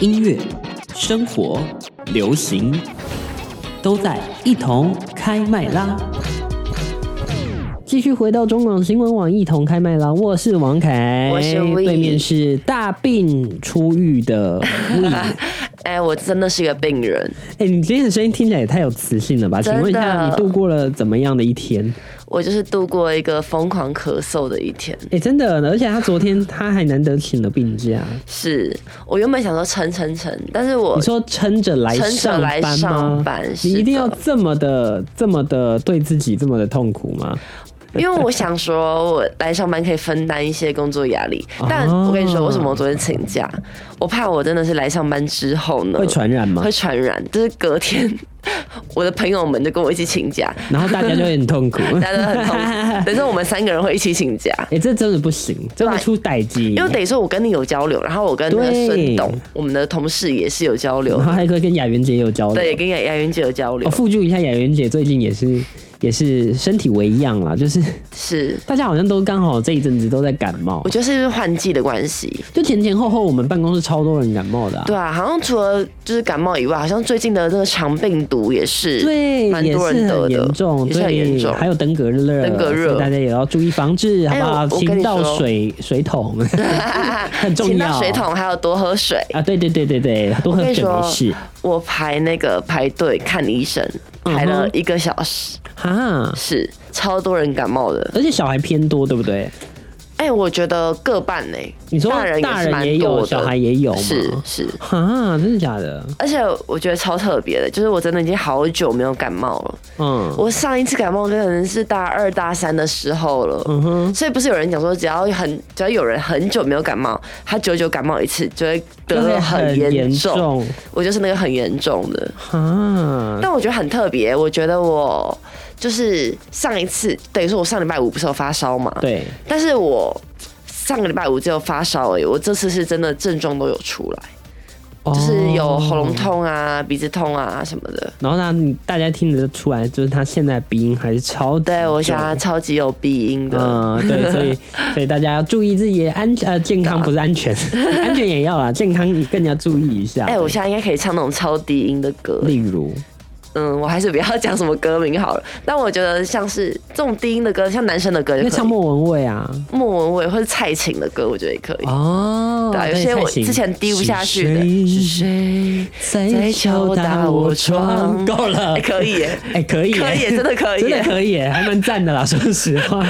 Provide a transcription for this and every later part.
音乐、生活、流行，都在一同开麦啦！继续回到中广新闻网一同开麦啦，我是王凯，我是 Wee 对面是大病初愈 的 Wee。哎，我真的是一个病人。哎、你今天的声音听起来也太有磁性了吧？请真的问一下，你度过了怎么样的一天？我就是度过一个疯狂咳嗽的一天。哎、真的，而且他昨天他还难得请了病假，是我原本想说撑撑撑，但是我你说撑着来撑着上来班吗？上班是你一定要的这么的、这么的对自己这么的痛苦吗？因为我想说我来上班可以分担一些工作压力，但哦我跟你说，为什么我昨天请假？我怕我真的是来上班之后呢会传染吗会？传染，就是隔天我的朋友们就跟我一起请假，然后大家就会很痛苦。 大家都很痛苦。 等于说我们三个人会一起请假。哎、这真的不行，这会出歹机。因为等于说，我跟你有交流，然后我跟那个对孙董，我们的同事也是有交流然，后还可以跟雅媛姐也有交流。哦对，跟雅雅云姐有交流我，附注一下，雅媛姐最近也是也是身体为恙啦，就是是，大家好像都刚好这一阵子都在感冒我，觉得是不是换季的关系？就前前后后我们办公室超多人感冒的、啊。对啊，好像除了就是感冒以外，好像最近的那个肠病毒也是，对，蛮也多是人得很的严重，也是很对严重还有登革热，登革热所以大家也要注意防治，好哎不好？我我跟勤你到说水水桶 很重请要，到水桶还要多喝水。啊，对对对对对，多喝我跟你水没说事我排那个排队看医生，排了嗯哼一个小时，哈。是超多人感冒的。而且小孩偏多，对不对？哎、我觉得各半呢、你说大人也大是人蛮也多有，的，小孩也有吗？是是。哈，真的假的？而且我觉得超特别的，就是我真的已经好久没有感冒了。嗯，我上一次感冒可能是大二大三的时候了，嗯哼，所以不是有人讲说，只要很只要有人很久没有感冒，他久久感冒一次就会得就是了很严严重。我就是那个很严重的，哈。但我觉得很特别。我觉得我就是上一次，等于说我上礼拜五不是有发烧嘛？。对，但是我上个礼拜五只有发烧而已，我这次是真的症状都有出就来，就是有喉咙。痛啊、鼻子痛啊什么的。哦然后呢，大家听得出来，就是他现在鼻音还是超级对，我重想他超级有鼻音的。嗯，对，所 以所以大家要注意自己的安呃健康，不是安全， 安全也要啦，健康更要注意一下。哎、我现在应该可以唱那种超低音的歌。例如，嗯，我还是不要讲什么歌名好了。但我觉得像是这种低音的歌，像男生的歌就可那以，唱莫文蔚啊，莫文蔚或者蔡琴的歌，我觉得也可以。哦，对啊有些蔡我琴之前低不下去的是谁在敲打我窗？够了哎，可以 耶，哎、可以耶，可以耶真的可以 耶真的可以耶，还蛮赞的啦。 说实 话，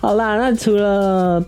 好啦，那除了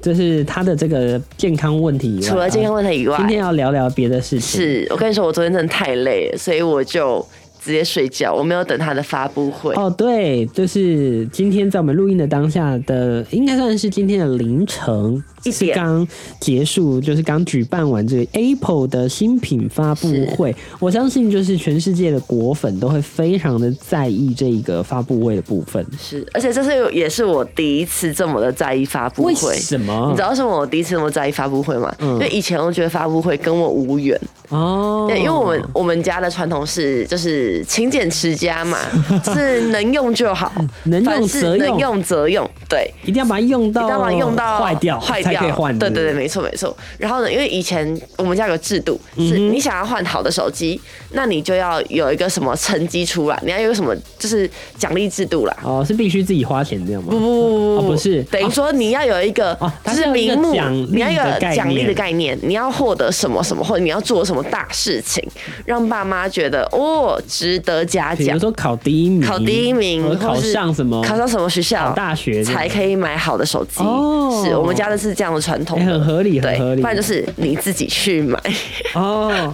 就是他的这个健康问题以外，除了健康问题以外啊今，天要聊聊别的事情。，是我跟你说，我昨天真的太累了，所以我就直接睡觉，我没有等他的发布会。哦，对，就是今天在我们录音的当下的，应该算是今天的凌晨，一是点刚结束，就是刚举办完这个 Apple 的新品发布会。我相信，就是全世界的果粉都会非常的在意这个发布会的部分。是，而且这是也是我第一次这么的在意发布为会。什么嗯你知？道为什么我第一次那么在意发布会吗？因为以前我觉得发布会跟我无缘，哦，对，因为我们我们家的传统是就是勤俭持家嘛， 是能用就好，嗯能用凡事则用能用则用，对。一定要把它用到，你知道吗？用到坏掉，坏才掉，可以换。对对对，对，没错没错。然后呢，因为以前我们家有个制度，嗯是你想要换好的手机，那你就要有一个什么成绩出来，你要有什么就是奖励制度啦。哦，是必须自己花钱这样吗？不不不哦不是等于说你要有一个哦它就是是有一个名目奖励，你要有的概奖励的念概念，你要获得什么什么，或者你要做什么大事情，让爸妈觉得哦值得嘉比奖如，说考第一名，考第一名或者，或考是上什么，考上什么学校考，大学这样才可以买好的手机。哦是我们家的是这样的传统哎的，很合理很对合理不然就是你自己去买， 哦，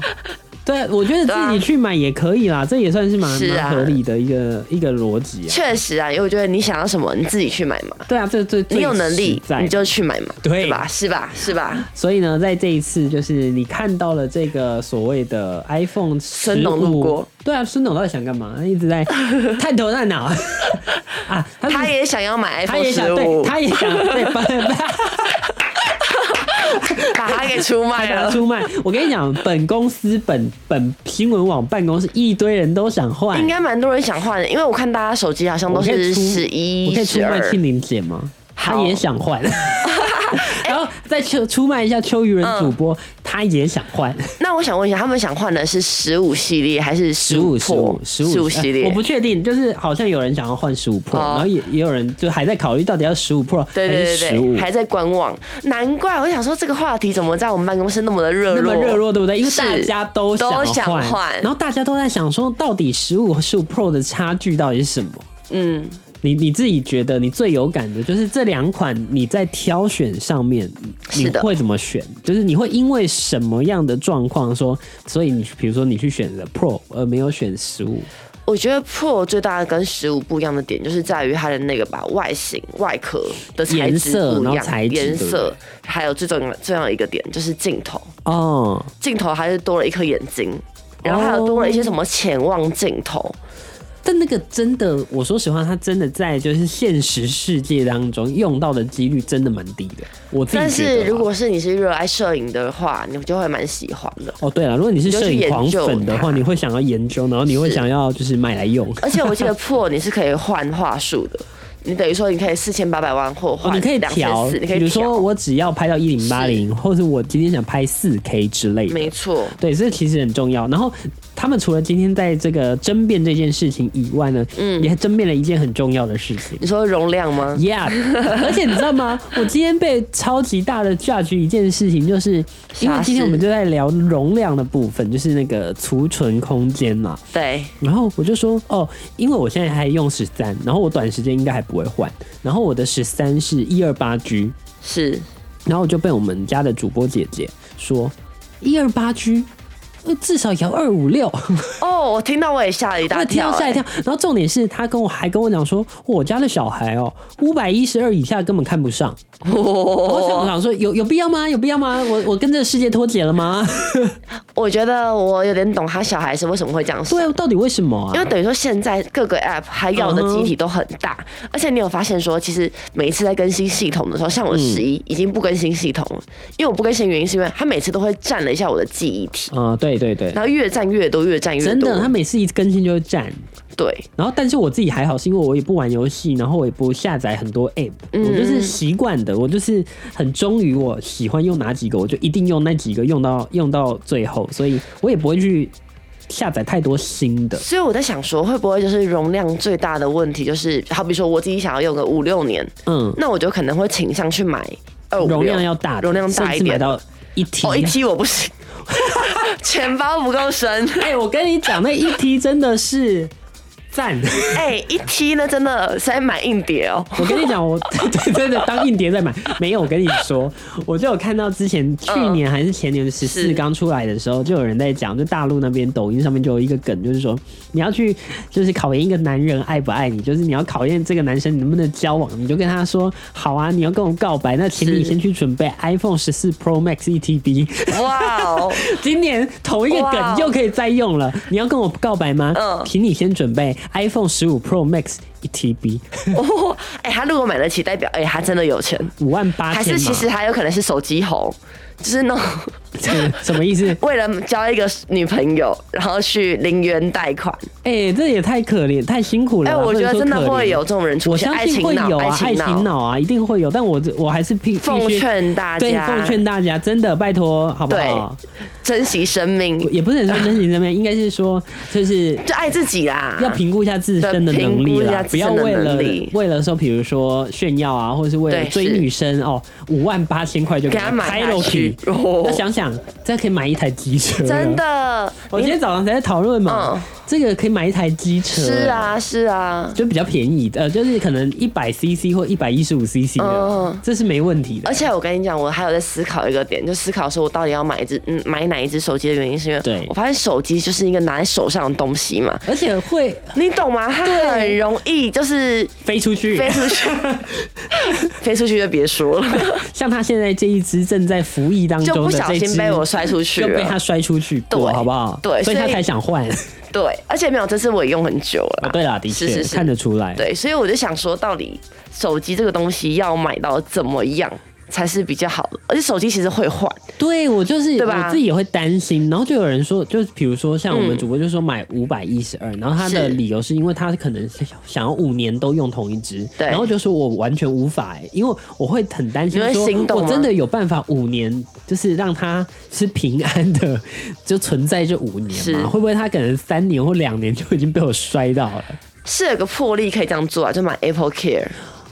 对，我觉得对啊自己去买也可以啦，这也算是蛮是蛮啊合理的一个一个逻辑啊。确实啊，因为我觉得你想要什么，你自己去买嘛。对啊，这最你有能力，你在。就去买嘛，对吧？是吧？是吧？所以呢，在这一次，就是你看到了这个所谓的 iPhone 十孙董五路过，对啊，孙董到底想干嘛？他一直在 探头探脑 啊，他是他也想要买他 iPhone 也想十对，五，他也想对，把把它给出卖 把它 了。出卖。我跟你讲，本公司本本新闻网办公室一堆人都想换，应该蛮多人想换的，因为我看大家手机好像我都可以是出十我可一、以出十卖二。 庆玲姐吗？她好哎也想换。然后再出出卖一下邱愚人主嗯播，他也想换那我想问一下，他们想换的是十五系列还是十五、十五破、、十15五呃系列？我不确定，就是好像有人想要换十五 Pro，哦然后也也有人就还在考虑到底要十五 Pro 还对是对对哎十对，五。还在观望。难怪我想说，这个话题怎么在我们办公室那么的热那络？么热络，对不对？因为大是家都想都想换然后大家都在想说，到底十五和十五 Pro 的差距到底是什么？嗯，你你自己觉得你最有感的，就是这两款你在挑选上面，你是的会怎么选？就是你会因为什么样的状况说，所以你比如说你去选了 Pro 而没有选十五，我觉得 Pro 最大的跟十五不一样的点，就是在于它的那个吧，外形、外壳的材颜质色然不一后样，材质颜对不对色，还有最重要最重要的一个点就是镜头，哦，镜头还是多了一颗眼睛，然后还有多了一些什么潜望镜头，哦但那个真的，我说实话，它真的在就是现实世界当中用到的几率真的蛮低的。我自己但觉得是啦如果是你是热爱摄影的话，你就会蛮喜欢的。哦对了，如果你是摄影狂粉的话，你就去研究它你会想要研究，然后你会想要就是买来用。而且我记得 Pro 你是可以换话术的，你等于说你可以四千八百万或哦，换你可以两千调，四，你可比以如说调，我只要拍到一零八零，或者我今天想拍四 K 之类的。没错，对，这其实很重要。然后他们除了今天在这个争辩这件事情以外呢，嗯，也争辩了一件很重要的事情。你说容量 吗？ Yeah，而且你知道吗？我今天被超级大的 judge 一件事情，就是因为啥今天事我们就在聊容量的部分，就是那个储存空间嘛。对，然后我就说哦，因为我现在还用十三，然后我短时间应该还不会换。然后我的十三是一二八 G，是然后我就被我们家的主播姐姐说一二八 G。呃至少也要二五 六，哦，我听到我也吓了一我大听跳、到吓一欸跳。哎然后重点是，她跟我还跟我讲说，我家的小孩哦，五百一十二以下根本看不上。我想我想说，有有必要吗？有必要吗？我我跟这个世界脱节了吗？我觉得我有点懂他小孩是为什么会这样 说。对啊，到底为什么因啊嗯为？等于说，现在各个 App 还要的机体都很大而且你有发现说，其实每一次在更新系统的时候，像嗯我十一已经不更新系统了，因为我不更新的原因是因为它每次都会占了一下我的记忆体，啊、对对对，然后越占越多，越占越真多。的，他每次一更新就会占。对，然后，但是我自己还好，是因为我也不玩游戏，然后我也不下载很多 app，、我嗯就是习惯的，我就是很忠于我喜欢用哪几个，我就一定用那几个，用到用到最后，所以我也不会去下载太多新的。所以我在想说，会不会就是容量最大的问题，就是好比说我自己想要用个五六年，嗯，那我就可能会倾向去买二五六容量要大的，容量大一甚至买点。到一 T。啊哦，一 T 我不行， 钱包不够深。 哎、我跟你讲，那一 T 真的是赞。哎、一 T 呢，真的是在买硬碟哦。我跟你讲，我 对对对，当硬碟在买，没有。我跟你说，我就有看到之前去年还是前年十四嗯是刚出来的时候，就有人在讲，就大陆那边抖音上面就有一个梗，就是说你要去就是考验一个男人爱不爱你，就是你要考验这个男生能不能交往，你就跟他说好啊，你要跟我告白，那请你是先去准备 iPhone 十四 Pro Max ETB。哇哦， 今年同一个哇梗哦又可以再用了，你要跟我告白吗？嗯请你先准备 iPhone 十五 Pro Max E ETB 哦，哎、他如果买得起，代表哎、他真的有钱，五万八还千是嘛？其实还有可能是手机猴，就是那种 什么意思？为了交一个女朋友，然后去零元贷款。哎、这也太可怜，太辛苦了哎、啦。我觉得不真能啊说可怜的会有。这种人出我现，相爱信情会脑，有啊，爱情情脑。脑啊，一定会有。但我我还是必奉必须劝大对家奉劝大家，真的拜托，好不好？珍惜生命，也不是说珍惜这边，应该是说就是就爱自己啦。要评估一下自身的能力对评估一下啦，不自要身的为了能力为了说，比如说炫耀啊，或者是为了对追是女生哦，五万八千块就给他她买开下楼去梯。，哦那想想，这可以买一台机车，真。的，我今天早上才在讨论嘛嗯，这个可以买一台机车，是，啊是啊，就比较便宜的，呃，就是可能一百 CC 或一百一十五 CC 的嗯，这是没问题的而。且我跟你讲，我还有在思考一个点，就思考说我到底要买一只嗯买哪一只手机的原因，是因对为我发现手机就是一个拿在手上的东西嘛，而且会你懂吗？它很容易就是飞出去，飞出去，飞出去就别说了， 像他现在这一只正在服役当就中不的小这只，心被我摔出去就被他了。摔出去过，对好不好？对所以他所以才想换。对，而且没有，这次我也用很久了啊啦。对啦，的是确是是看得出来。对，所以我就想说，到底手机这个东西要买到怎么样？才是比较好的。而且手机其实会换，对我就是对吧我自己也会担心，然后就有人说，就是比如说像我们嗯主播就说买五百一十二，然后他的是理由是因为他可能是想要五年都用同一支，对然后就说我完全无法、欸，因为我会很担心你会说心，动我吗真的有办法五年就是让它是平安的就存在这五年是嘛？会不会他可能三年或两年就已经被我摔到了？是有个魄力可以这样做啊，就买 Apple Care，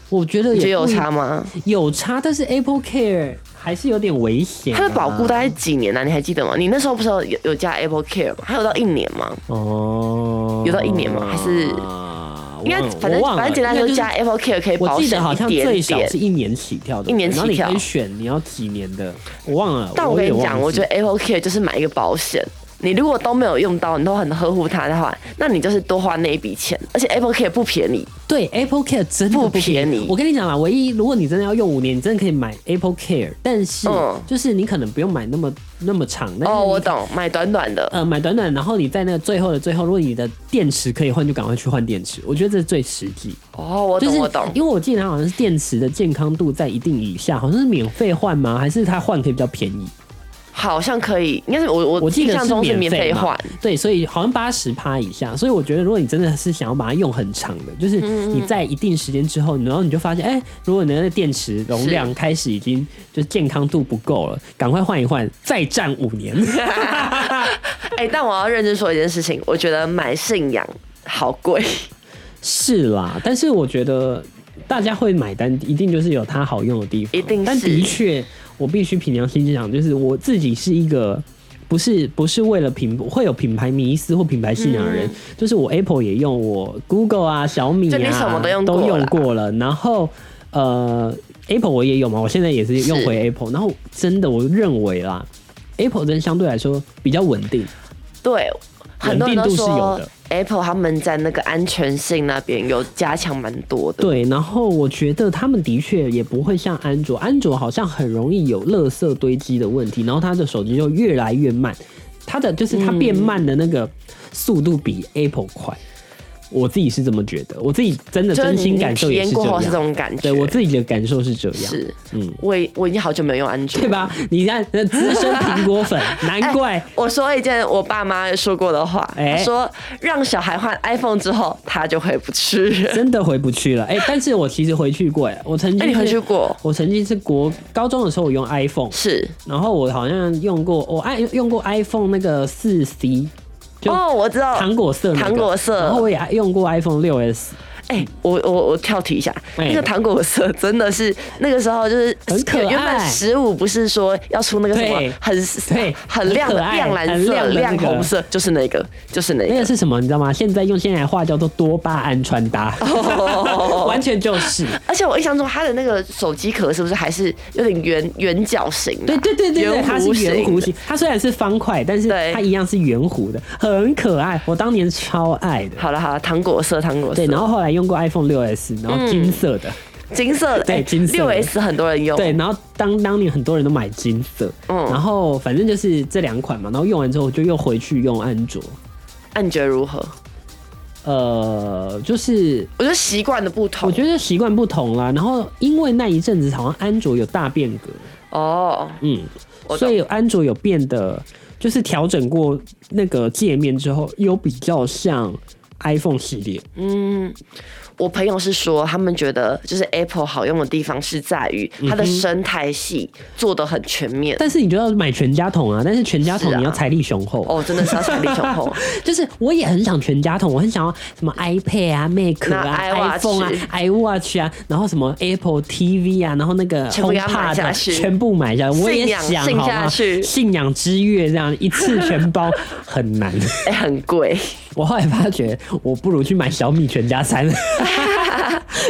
我觉得你觉得也有不一差吗？有差，但是 Apple Care 还是有点危险、啊，它的保固大概几年呢、啊？你还记得吗？你那时候不是有有有加 Apple Care 吗？还有到一年吗？哦，有到一年吗还是我应该忘了反正我忘了反正简单来应该说，就是加 Apple Care 可以我保记险得好一像点最少点是。一年起跳的，一年然后起你可以跳选你要几年的，我忘了。但我跟也你忘讲，我记觉得 Apple Care 就是买一个保险。你如果都没有用到，你都很呵护它的话，那你就是多花那一笔钱。而且 Apple Care 不便宜，对 Apple Care 真的不便便宜我跟你讲啦，唯一如果你真的要用五年，你真的可以买 Apple Care，但是嗯就是你可能不用买那么那么长。但是哦，你我懂，买短短的，呃，买短短，然后你在那个最后的最后，如果你的电池可以换，就赶快去换电池。我觉得这是最实际。哦，我就是懂，我懂，因为我记得它好像是电池的健康度在一定以下，好像是免费换吗？还是它换可以比较便宜？好像可以，应该是我我我记印得象中是免免费嘛换，对，所以好像八十趴以下。所以我觉得，如果你真的是想要把它用很长的，就是你在一定时间之后，然后你就发现，哎、如果你的电池容量开始已经就是健康度不够了，赶快换一换，再战五年。哎、但我要认真说一件事情，我觉得买信仰好贵，是啦，但是我觉得大家会买单，一定就是有它好用的地方。一定是但的确，我必须凭良心讲，就是我自己是一个。不是不是为了品会有品牌迷思或品牌信仰的嗯人，就是我 Apple 也用，我 Google 啊、小米就你啊什么都都用过都啦用过了。然后呃，Apple 我也有嘛，我现在也是用回 Apple。然后真的我认为啦，Apple 真相对来说比较稳定，对，很多人稳都定度是有说的 Apple 他们在那个安全性那边有加强蛮多的，对，然后我觉得他们的确也不会像安卓，安卓好像很容易有垃圾堆积的问题，然后它的手机就越来越慢，它的就是它变慢的那个速度比 Apple 快。我自己是这么觉得，我自己真的就是真你心你感受体也验是过后这是这样。种感觉，对我自己的感受是这样，是，嗯，我已我已经好久没有用安 卓，对吧？你看那资深苹果粉，难怪哎我说一件我爸妈说过的话，哎他说让小孩换 iPhone 之后，他就回不去 了。真的回不去了。哎、但是我其实回去过，哎，我曾经哎你回是去过我曾经是国高中的时候，我用 iPhone，是然后我好像用过，我爱用过 iPhone 那个四 C，就哦，我知道。糖果色、那个糖果色然后我也用过 iPhone 六 S，哎、我我我跳题一下，哎那个糖果色真的是那个时候就是很可爱原本十五不是说要出那个什对么很对很亮的很可爱亮蓝很色、亮的那个亮红色，就是那个就是那那个个。是什么你知道吗？现在用现在的话叫做多巴胺穿搭，哦 完全就是。而且我印象中，它的那个手机壳是不是还是有点圆圆角形的、对对对对对，它是圆的弧形，它虽然是方块，但是对它一样是圆弧的，很可爱。我当年超爱的。好了好了，糖果色糖果色。对，然后后来用过 iPhone 六 S，然后金色嗯的，金色的，对金色的六 S 很多人用，对，然后当当年很多人都买金色，嗯然后反正就是这两款嘛，然后用完之后我就又回去用安卓，那你觉得如何？呃，就是我觉得习惯的不同，我觉得习惯不同啦。然后因为那一阵子好像安卓有大变革，哦，嗯，我懂所以安卓有变得就是调整过那个界面之后，有比较像 iPhone 系列。我朋友是说，他们觉得就是 Apple 好用的地方是在于嗯它的生态系做的很全面。但是你就要买全家桶啊，但是全家桶是啊你要财力雄厚。哦，真的是要想力雄 厚，就是我也很想全家桶，我很想要什么 iPad 啊、Mac 啊、那 iWatch iPhone 啊、iWatch 啊，然后什么 Apple TV 啊，然后那个全部给它买 HomePod 下啊去全部买下来。我也信仰想，信好吗？下去信仰之月这样一次全 包很难。哎、很贵。我后来发觉，我不如去买小米全家 餐。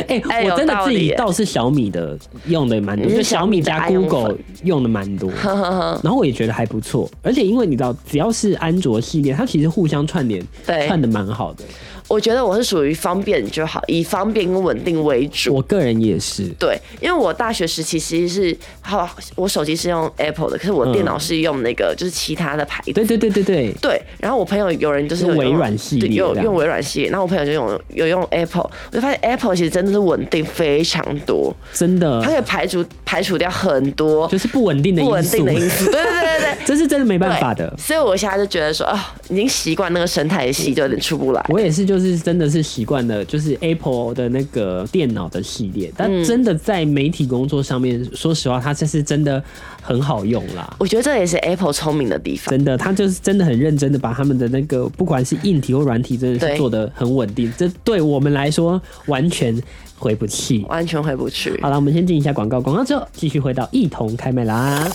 哎、哎我真的有道自理己耶倒是小米的用的蛮多，你就是小小米米的加爱用 Google 粉用的蛮 多。呵呵呵，然后我也觉得还不错，而且因为你知道，只要是安卓系列，它其实互相串联，对串的蛮好的。我觉得我是属于方便就好，以方便跟稳定为主。我个人也是，对，因为我大学时期其实是好，我手机是用 Apple 的，可是我电脑是用那个、就是其他的牌子。嗯对对对对对，对，然后我朋友有人就是有用微软系列对有这样用微软系列，然后我朋友就用有用 Apple，我就发现 Apple 其实真的是稳定非常多，真的它，可以排除排除掉很多就是不稳定的不因稳定素的，因素。 对对对对对。 这是真的没办法的对。所以我现在就觉得说，啊、已经习惯那个生态系，就有点出不来。我也是，就是真的是习惯了，就是 Apple 的那个电脑的系列，但嗯真的在媒体工作上面，说实话，它这是真的很好用啦。我觉得这也是 Apple 聪明的地方。真的，它就是真的很认真的把他们的那个不管是硬体或软体，真的是对做的很稳定。这对我们来说完全回不去。完全回不去。好了，我们先进一下广告，广告之后继续回到一同开麦啦。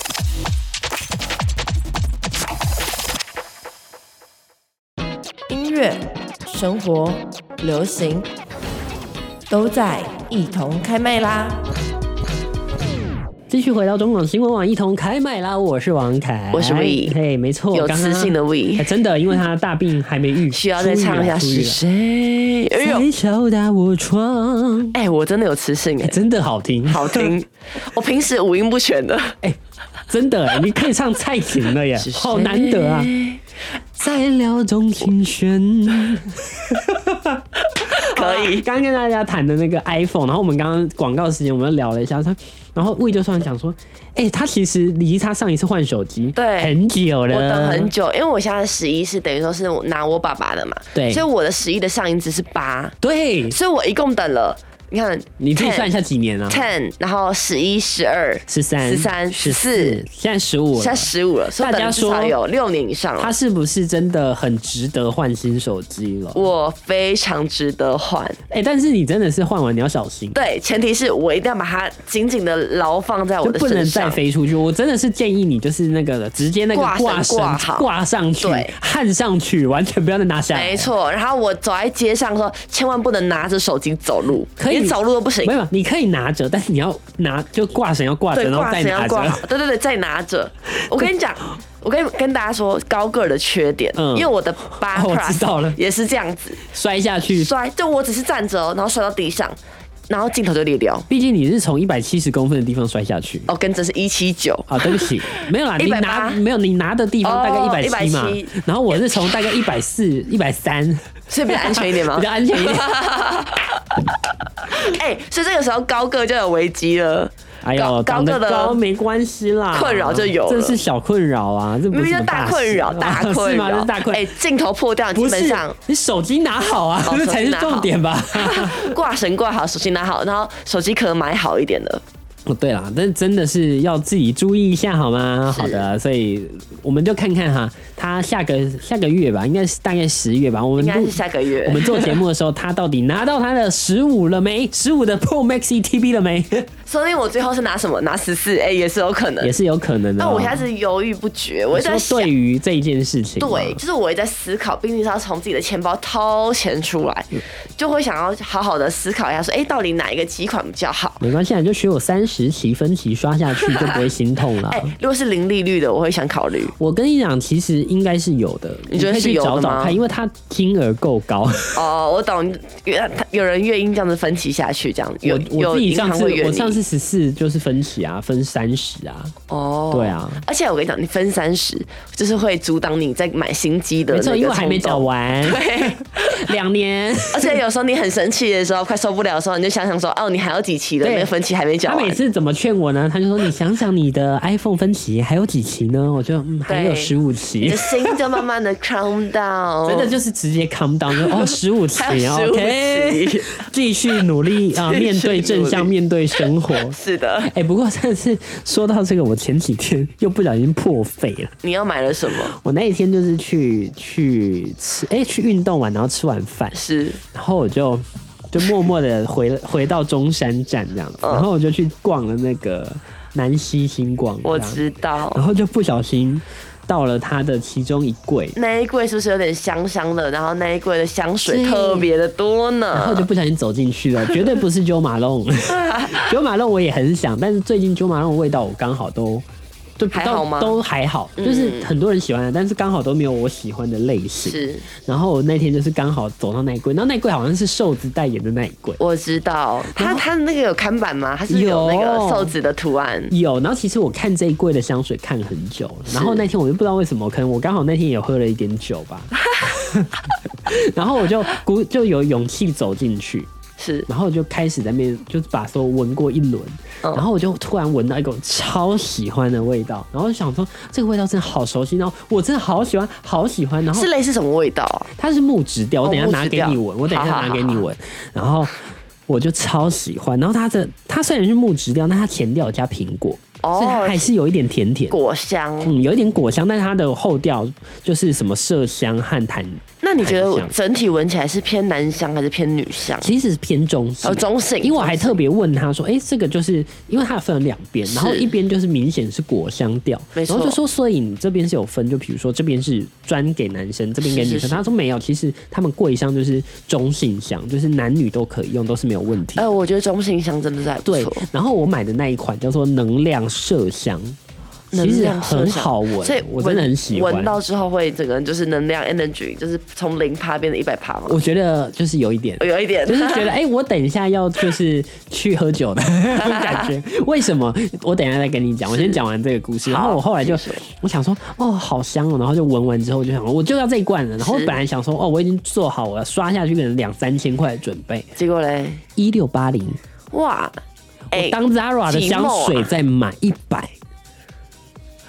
音乐、生活、流行，都在一同开麦啦！哎继续回到中广新闻网一同开麦啦，我是王凯，我是 Wee 嘿，没错，有刚磁刚性的 We 哎真的，因为他大病还没愈， 需要再唱一下出狱是了出谁？哎狱了呦，谁敲打我窗？哎，我真的有磁性哎，真的好听，好听。我平时五音不全的，真的哎，你可以唱蔡琴了 耶，好难得啊！在辽中琴弦， 可以。刚刚跟大家谈的那个 iPhone，然后我们刚刚广告时间，我们聊了一下他，然后魏就突然讲说，哎、他其实离他上一次换手机对很久了，我等很久，因为我现在十一是等于说是我拿我爸爸的嘛，对所以我的十一的上音值是八，对，所以我一共等了，你看，你自己算一下几年啊？ ten，然后十一、十二、十三、十三、十十四四，，现在十五现在了。十五了，所以大等家于至说少有六年以上了他。是不是真的很值得换新手机了？我非常值得换，哎、但是你真的是换完你要小心，对，前提是我一定要把它紧紧的牢放在我就的不能身再上。飞出去。我真的是建议你就是那个直接那个挂绳挂绳挂好挂上去对，焊上去，完全不要再拿下来。没错，然后我走在街上的时候，千万不能拿着手机走路，可以连走路都不行没。有，你可以拿着，但是你要拿就挂绳要挂着，对，然后挂再绳要拿挂好着。，对对对，再 拿着。我跟你讲，我跟跟大家说高个儿的缺点，嗯因为我的八我知道了 plus 也是这样子，摔下去。摔，就我只是站着哦，然后摔到地上，然后镜头就裂掉。毕竟你是从一百七十公分的地方摔下去。哦，跟着是一七九，啊，对不 起，没有啦，你180拿没有你拿的地方大概哦一百七嘛170，然后我是从大概一百四、一百三，所以比较安全一点吗 比？较安全一点。哎、所以这个时候高个就有危机了。哎呦，高长高得个的高没关系啦，困扰就有了这是小困扰啊，这不是明明什就么大事啊困扰，大 困是吗？这扰，是大困哎，镜头破掉，不基本是 上，哦你手机拿好啊，这手才机是拿好重点吧。 挂绳挂好，手机拿好，然后手机壳买好一点的。哦，对啦，但真的是要自己注意一下，好吗？好的，所以我们就看看哈，他下个下个月吧，应该是大概十月吧，我们应该录是下个月我们做节目的时候，他到底拿到他的十五了没？十五的 Pro Max ETB 了没？ 说不定我最后是拿什么，拿十四，哎，也是有可能也。是有可能的那哦。我现在是犹豫不决，我一直在说想，对于这一件事情啊吗，对，就是我也在思考，毕竟是要从自己的钱包掏钱出来，嗯就会想要好好的思考一下，说，哎，到底哪一个几款比较好？没关系，啊，你就学我三十期分期刷下去，就不会心痛了。 哎，如果是零利率的，我会想考虑。我跟你讲，其实应该是有的，你觉得可以是去有的找找吗看，因为它金额够高。哦，我懂，越有人愿意这样子分歧下去，这样有我我有自己银上行次会愿我上意。次十四就是分期啊，分三十啊，哦对啊。而且我跟你讲，你分三十就是会阻挡你在买新机的没那错，个因为我还没冲缴动。完，对， 两年。而且有时候你很生气的时候，快受不了的时候，你就想想说，哦，你还有几期的对那个分期还没缴他每完。次怎么劝我呢？他就说：“你想想你的 iPhone 分期还有几期呢？”我就嗯，还有对十五你期的。心就慢慢的 calm down，真的就是直接 calm down，就哦，十五期还有15 OK，期 继续努力啊， 继续面对正向，努力面对生活。是的。 哎、不过上次说到这个，我前几天 又不小心破费了。你要买了什么？我那一天就是去去吃，哎、去运动完，然后吃完饭，是然后我就就默默的回回到中山站这样子，嗯然后我就去逛了那个南溪新广，我这样知道然后就不小心到了它的其中一柜，那一柜是不是有点香香的？然后那一柜的香水对特别的多然后呢就。不小心走进去了，绝对不是九马龙，九马龙我也很想，但是最近九马龙的味道我刚好都对，还都好吗都还好，就是嗯很多人喜欢的，但是刚好都没有我喜欢的类型。是，然后我那天就是刚好走到那一柜，然后那一柜好像是瘦子代言的那一柜。我知道。他他那个有看板吗？他是不是有那有个瘦子的图案。有，然后其实我看这一柜的香水看很久了，然后那天我就不知道为什么，可能我刚好那天也喝了一点酒 吧， 然后我就鼓就有勇气走进去，是，然后我就开始在那边就是把所有闻过一轮，嗯然后我就突然闻到一个我超喜欢的味道，然后就想说这个味道真的好熟悉，然后我真的好喜欢，好喜欢，然后是类似什么味道啊？它是木质调，我等一下哦木质拿给调你闻，我等一下好好拿给你好闻，然后我就超喜欢。然后它的它虽然是木质调，但它甜调加苹果，哦所以它还是有一点甜甜。果香。嗯，有一点果香，但它的后调就是什么麝香和檀，那你觉檀得香整体闻起来是偏男香还是偏女香？其实是偏中性哦，。中性。因为我还特别问他说：“哎、这个就是因为它有分两边，然后是一边就是明显是果香调，没然错后就说所以你这边是有分，就比如说这边是专给男生，这边给女生。是是是他说没有，其实他们桂香就是中性香，就是男女都可以用，都是没有问题。呃，我觉得中性香真的是还不对错，，然后我买的那一款叫做能量麝香，其能实量很麝香好闻，所以我真的很喜欢闻。到之后会整个人就是能量 energy，就是从零趴变成一百趴嘛。我觉得就是有一点，有一点，就是觉 得哎、诶我等一下要就是去喝酒的 感觉。为什么？我等一下再跟你讲。我先讲完这个故事，然好后我后来就请说我想说，哦，好香哦，然后就闻完之后就想，我就要这一罐了。然后我是本来想说，哦，我已经做好我要刷下去可能两三千块的准 备，结果嘞，一六八零，哇，哎我当 Zara 的几毛香啊水再买一百。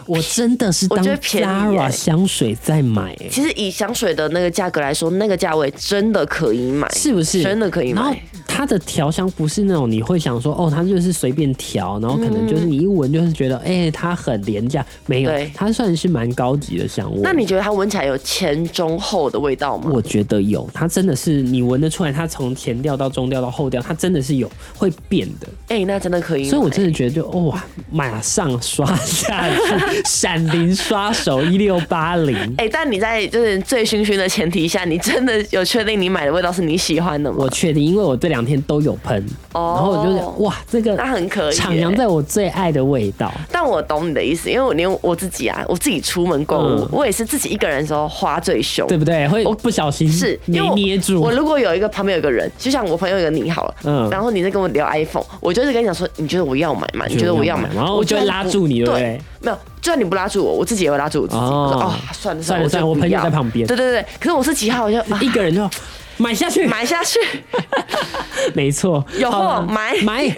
我真的是我当觉得便宜耶 Zara 香水在买、欸，其实以香水的那个价格来说，那个价位真的可以买，是不是真的可以然后买？它的调香不是那种你会想说哦，它就是随便调，然后可能就是你一闻就是觉得哎、它很廉价，没有嗯对，它算是蛮高级的香味。那你觉得它闻起来有前中后的味道吗？我觉得有，它真的是你闻得出来，它从前调到中调到后调，它真的是有会变的，哎、那真的可以买，所以我真的觉得就哦哇，马上刷下 去，闪灵刷手一六八零。哎、但你在就是醉醺醺的前提下，你真的有确定你买的味道是你喜欢的吗？我确定，因为我这两天都有喷，哦然后我就想哇，这个那很欸可以耶徜徉在我最爱的味道。但我懂你的意思，因为我连我自己啊，我自己出门购物，嗯我也是自己一个人的时候花最凶。对不对？会我不小心是因没为我捏住。我如果有一个旁边有个人，就像我朋友有个你好了，嗯然后你在跟我聊 iPhone，我就是跟你讲说，你觉得我要买吗？你觉得我要买吗？然后我就会觉得拉住你不对不对对？没有，就算你不拉住我，我自己也会拉住我自己。哦我说哦，算了算了了算了我我就朋友不要在旁边对对对，可是我是几号，我就、啊一个人就买下去，买下去。 没错，有货好买 买。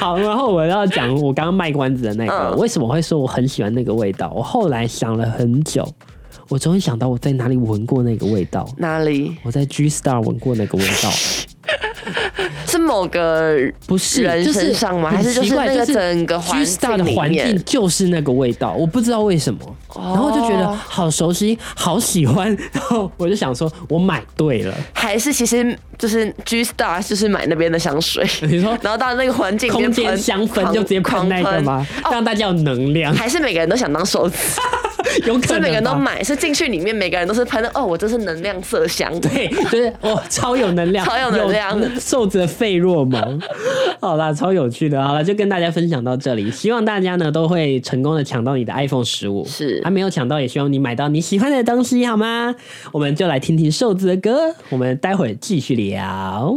好，然后我要讲我刚刚卖关子的那个，嗯为什么会说我很喜欢那个味道？我后来想了很久，我终于想到我在哪里闻过那个味道。哪里？我在 G Star 闻过那个味道，是某个不是人就是身上吗？还是很就奇是怪那个就是整个 G 环 Star 境的里环面境？就是那个味道，我不知道为什么，然后就觉得哦好熟悉，好喜欢，然后我就想说，我买对了。还是其实就是 G Star 就是买那边的香水，你说 然后到那个环境里面空间喷香氛就直接喷那个？狂哦吗？让大家有能 量，还是每个人都想 当瘦子，有可所以能每个人都吧。买，是进去里面每个人都是喷的。哦，我这是能量麝香，对，就是 我超有能量，超有能量瘦子的费洛蒙。 好啦，超有趣的，好了，就跟大家分享到这里。希望大家呢都会成功的抢到你的 iPhone 十五，是还没有抢到，也希望你买到你喜欢的东西，好吗？我们就来听听瘦子的歌，我们待会儿继续聊。